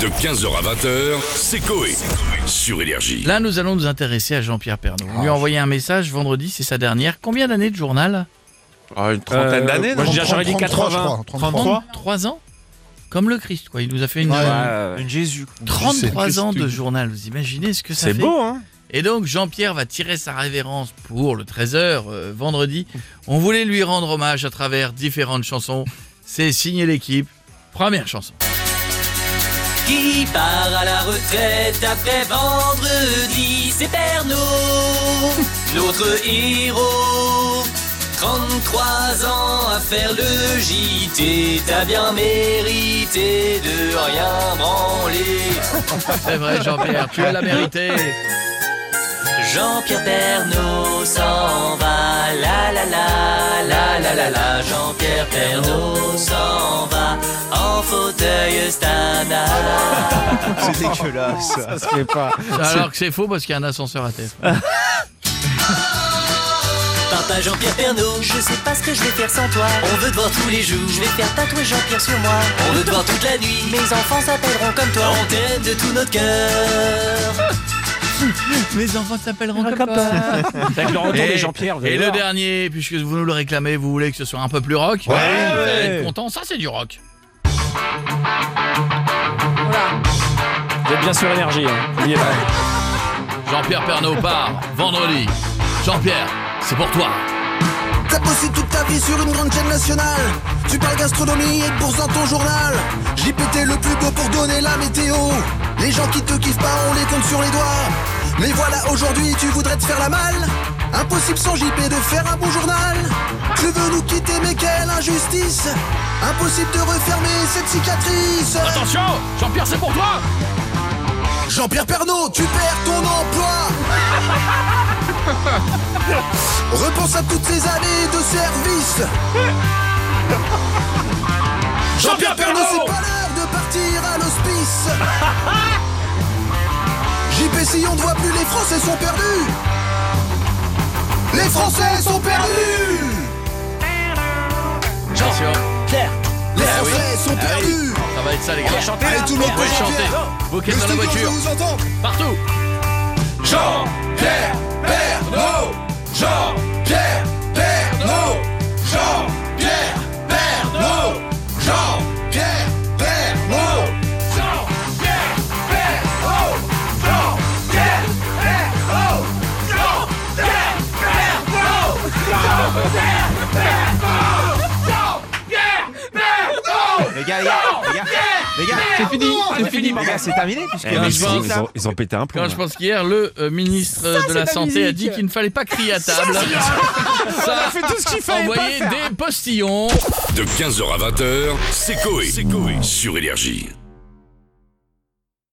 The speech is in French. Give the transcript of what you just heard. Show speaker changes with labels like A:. A: De 15h à 20h, c'est Coé. Sur Énergie.
B: Là, nous allons nous intéresser à Jean-Pierre Pernaud. On lui a envoyé un message vendredi, c'est sa dernière. Combien d'années de journal
C: Ah, une trentaine d'années,
D: Euh, moi,
C: non
D: je dirais- j'aurais dit
E: 33, je
D: 80.
E: crois, 33.
D: 33.
B: 33 ans Comme le Christ, quoi. Il nous a fait une.
E: Ouais.
C: Ouais, Une Jésus. quoi.
B: 33 ans
E: Christ,
B: de
E: oui.
B: journal, vous imaginez ce que ça fait
C: C'est beau, hein
B: Et donc Jean-Pierre va tirer sa révérence pour le 13h euh, vendredi. On voulait lui rendre hommage à travers différentes chansons. C'est signé l'équipe. Première chanson.
F: Qui part à la retraite après vendredi, c'est Pernod, notre héros. 33 ans à faire le JT, t'as bien mérité de rien branler.
B: C'est vrai Jean-Pierre, tu l'as mérité.
F: Jean-Pierre Pernaud s'en va, la la la la la la la. Jean-Pierre Pernaud s'en va en fauteuil Stana.
D: C'est dégueulasse. Ça se fait pas.
B: Alors que c'est faux parce qu'il y a un ascenseur à terre.
F: Papa Jean-Pierre Pernaud, je sais pas ce que je vais faire sans toi. On veut te voir tous les jours. Je vais faire tatouer Jean-Pierre sur moi. On veut te voir toute la nuit. Mes enfants s'appelleront comme toi. On t'aime de tout notre cœur.
B: Mes enfants s'appelleront comme ça.
D: Avec le retour
B: Et-
D: de Jean-Pierre. vous allez
B: Et le
D: voir.
B: dernier, puisque vous nous le réclamez, vous voulez que ce soit un peu plus rock Vous
D: Ouais,
B: allez
D: ouais.
B: être content, ça c'est du rock.
D: Vous êtes bien sur énergie. Hein. N'oubliez pas.
B: Jean-Pierre Pernaud part vendredi. Jean-Pierre, c'est pour toi.
G: T'as bossé toute ta vie sur une grande chaîne nationale. Tu parles gastronomie et de bourse dans ton journal. J'ai pété le plus beau pour donner la météo. Les gens qui te kiffent pas, on les compte sur les doigts. Mais voilà, aujourd'hui, tu voudrais te faire la malle. Impossible sans JP de faire un bon journal. Tu veux nous quitter, mais quelle injustice. Impossible de refermer cette cicatrice.
B: Attention, Jean-Pierre, c'est pour toi.
G: Jean-Pierre Pernaud, tu perds ton emploi Repense à toutes ces années de service Jean-Pierre Pernaud, c'est pas l'heure de partir à l'hospice JP, si on ne voit plus, les Français sont perdus Les Français sont perdus
B: Attention,
G: Les Français sont perdus
B: ça va être ça les gars. Chantez,
G: Allez, tout le monde peut chanter
B: Bouquet
G: Le
B: dans la
G: studio, je
B: voiture,
G: vous entends
B: partout.
G: Jean-Pierre Pernaud Jean-Pierre Pernaud Jean-Pierre Pernaud Jean-Pierre Pernaud Jean-Pierre Pernaud Jean-Pierre Pernaud Jean-Pierre Pernaud Jean-Pierre Pernaud Jean-Pierre Pernaud
E: Les gars, les gars, les gars, les gars, c'est fini, c'est fini, les gars, c'est terminé. puisqu'il y a
B: mais
E: une
B: Eh ben, je pense-
E: musique, là.
C: ont, ont pété un
B: Quand
C: plomb.
B: je pense qu'hier, le euh, ministre euh, de la Santé a dit qu'il ne fallait pas crier à table. Ça a fait tout ce qu'il fallait Envoyer des postillons.
A: De 15h à 20h, c'est Coé. Sur Énergie.